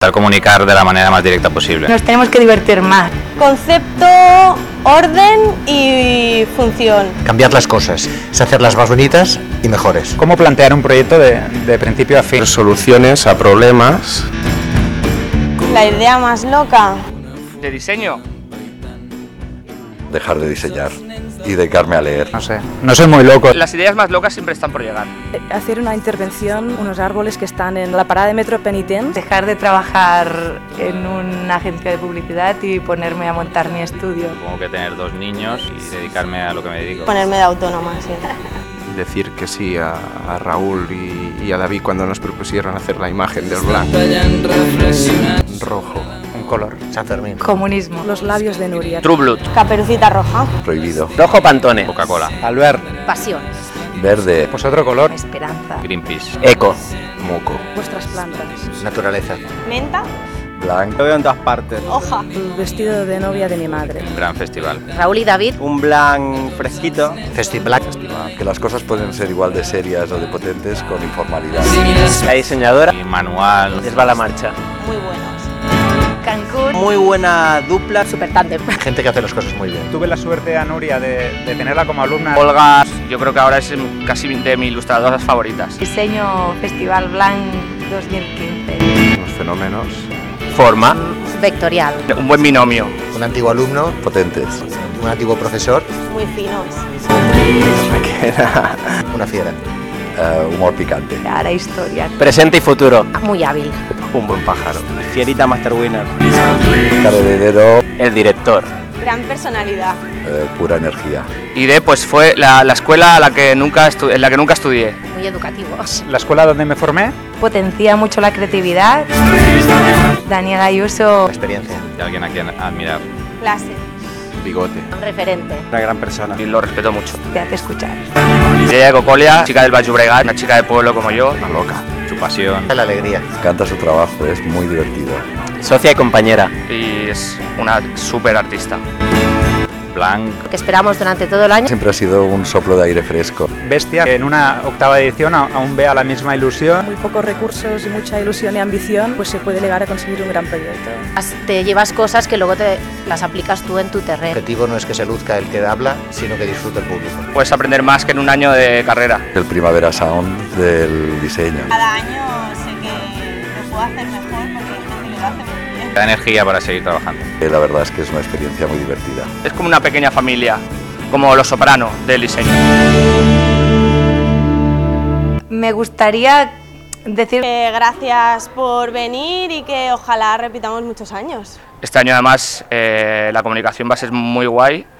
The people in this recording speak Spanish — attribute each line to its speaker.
Speaker 1: intentar comunicar de la manera más directa posible.
Speaker 2: Nos tenemos que divertir más.
Speaker 3: Concepto, orden y función.
Speaker 4: Cambiar las cosas, es hacerlas más bonitas y mejores.
Speaker 5: ¿Cómo plantear un proyecto de, de principio a fin?
Speaker 6: Soluciones a problemas.
Speaker 3: La idea más loca.
Speaker 7: ¿De diseño?
Speaker 8: Dejar de diseñar y dedicarme a leer.
Speaker 5: No sé, no soy muy loco.
Speaker 7: Las ideas más locas siempre están por llegar.
Speaker 9: Hacer una intervención, unos árboles que están en la parada de metro penitente.
Speaker 2: Dejar de trabajar en una agencia de publicidad y ponerme a montar mi estudio.
Speaker 1: Supongo que tener dos niños y dedicarme a lo que me dedico.
Speaker 3: Ponerme de autónoma, sí.
Speaker 6: Decir que sí a, a Raúl y, y, a David cuando nos propusieron hacer la imagen del blanco. Rojo.
Speaker 5: Un color.
Speaker 4: San Fermín.
Speaker 2: Comunismo.
Speaker 9: Los labios de Nuria.
Speaker 7: True Blood.
Speaker 3: Caperucita roja.
Speaker 8: Prohibido.
Speaker 7: Rojo Pantone.
Speaker 1: Coca-Cola.
Speaker 5: Albert.
Speaker 10: Pasiones.
Speaker 8: Verde.
Speaker 5: Pues otro color.
Speaker 2: Esperanza.
Speaker 1: Greenpeace.
Speaker 5: Eco.
Speaker 8: Moco.
Speaker 9: Vuestras plantas.
Speaker 4: Naturaleza.
Speaker 3: Menta.
Speaker 8: Blanco.
Speaker 5: Lo veo en todas partes.
Speaker 3: Hoja.
Speaker 9: El vestido de novia de mi madre.
Speaker 1: Un gran festival.
Speaker 10: Raúl y David.
Speaker 5: Un blanc fresquito.
Speaker 4: Festi Black.
Speaker 8: Que las cosas pueden ser igual de serias o de potentes con informalidad.
Speaker 5: La diseñadora.
Speaker 1: Y manual.
Speaker 5: Les va la marcha.
Speaker 3: Muy buenos.
Speaker 10: Cancún.
Speaker 5: Muy buena dupla.
Speaker 10: Super tándem.
Speaker 4: Gente que hace las cosas muy bien.
Speaker 5: Tuve la suerte a Nuria de, de tenerla como alumna.
Speaker 7: Olga, yo creo que ahora es casi de mis ilustradoras favoritas.
Speaker 2: Diseño Festival Blanc 2015.
Speaker 6: Los fenómenos.
Speaker 7: Forma.
Speaker 10: Vectorial.
Speaker 7: Un buen binomio.
Speaker 4: Un antiguo alumno,
Speaker 8: Potentes.
Speaker 4: un antiguo profesor,
Speaker 3: Muy finos.
Speaker 4: una fiera.
Speaker 8: eh, humor picante.
Speaker 2: Hará historia.
Speaker 5: Presente y futuro.
Speaker 10: Muy hábil.
Speaker 5: Un buen pájaro. Fierita Master Winner.
Speaker 8: Carabinero.
Speaker 5: El director.
Speaker 3: Gran personalidad.
Speaker 8: eh, pura energía.
Speaker 7: Y de pues fue la, la escuela a la que nunca estu- en la que nunca estudié.
Speaker 10: Muy educativos.
Speaker 5: La escuela donde me formé.
Speaker 2: Potencia mucho la creatividad. Daniel Ayuso.
Speaker 4: La experiencia.
Speaker 1: Y alguien a quien admirar.
Speaker 3: Clase.
Speaker 6: Bigote.
Speaker 10: Un referente.
Speaker 5: Una gran persona.
Speaker 7: Y lo respeto mucho.
Speaker 2: Te hace escuchar.
Speaker 7: Ella de Cocolia, chica del Valle Obregat, una chica de pueblo como yo.
Speaker 6: Una loca.
Speaker 1: Su pasión.
Speaker 4: La alegría.
Speaker 8: Canta su trabajo, es muy divertido.
Speaker 5: Socia y compañera.
Speaker 7: Y es una súper artista.
Speaker 1: Blanc.
Speaker 10: Que esperamos durante todo el año.
Speaker 8: Siempre ha sido un soplo de aire fresco.
Speaker 5: Bestia, que en una octava edición a- aún vea la misma ilusión.
Speaker 9: Muy pocos recursos y mucha ilusión y ambición, pues se puede llegar a conseguir un gran proyecto.
Speaker 10: As- Te llevas cosas que luego te las aplicas tú en tu
Speaker 4: El
Speaker 10: terreno.
Speaker 4: objetivo no es que se luzca el que habla, sino que disfrute el público.
Speaker 7: Puedes aprender más que en un año de carrera.
Speaker 8: El primavera sound del diseño.
Speaker 3: Cada año sé que lo puedo hacer mejor porque hay gente que lo hace muy bien.
Speaker 1: Da energía para seguir trabajando.
Speaker 8: Eh, la verdad es que es una experiencia muy divertida.
Speaker 7: Es como una pequeña familia, como los soprano del diseño.
Speaker 2: Me gustaría decir
Speaker 3: Eh, gracias por venir y que ojalá repitamos muchos años.
Speaker 7: Este año además eh, la comunicación va a ser muy guay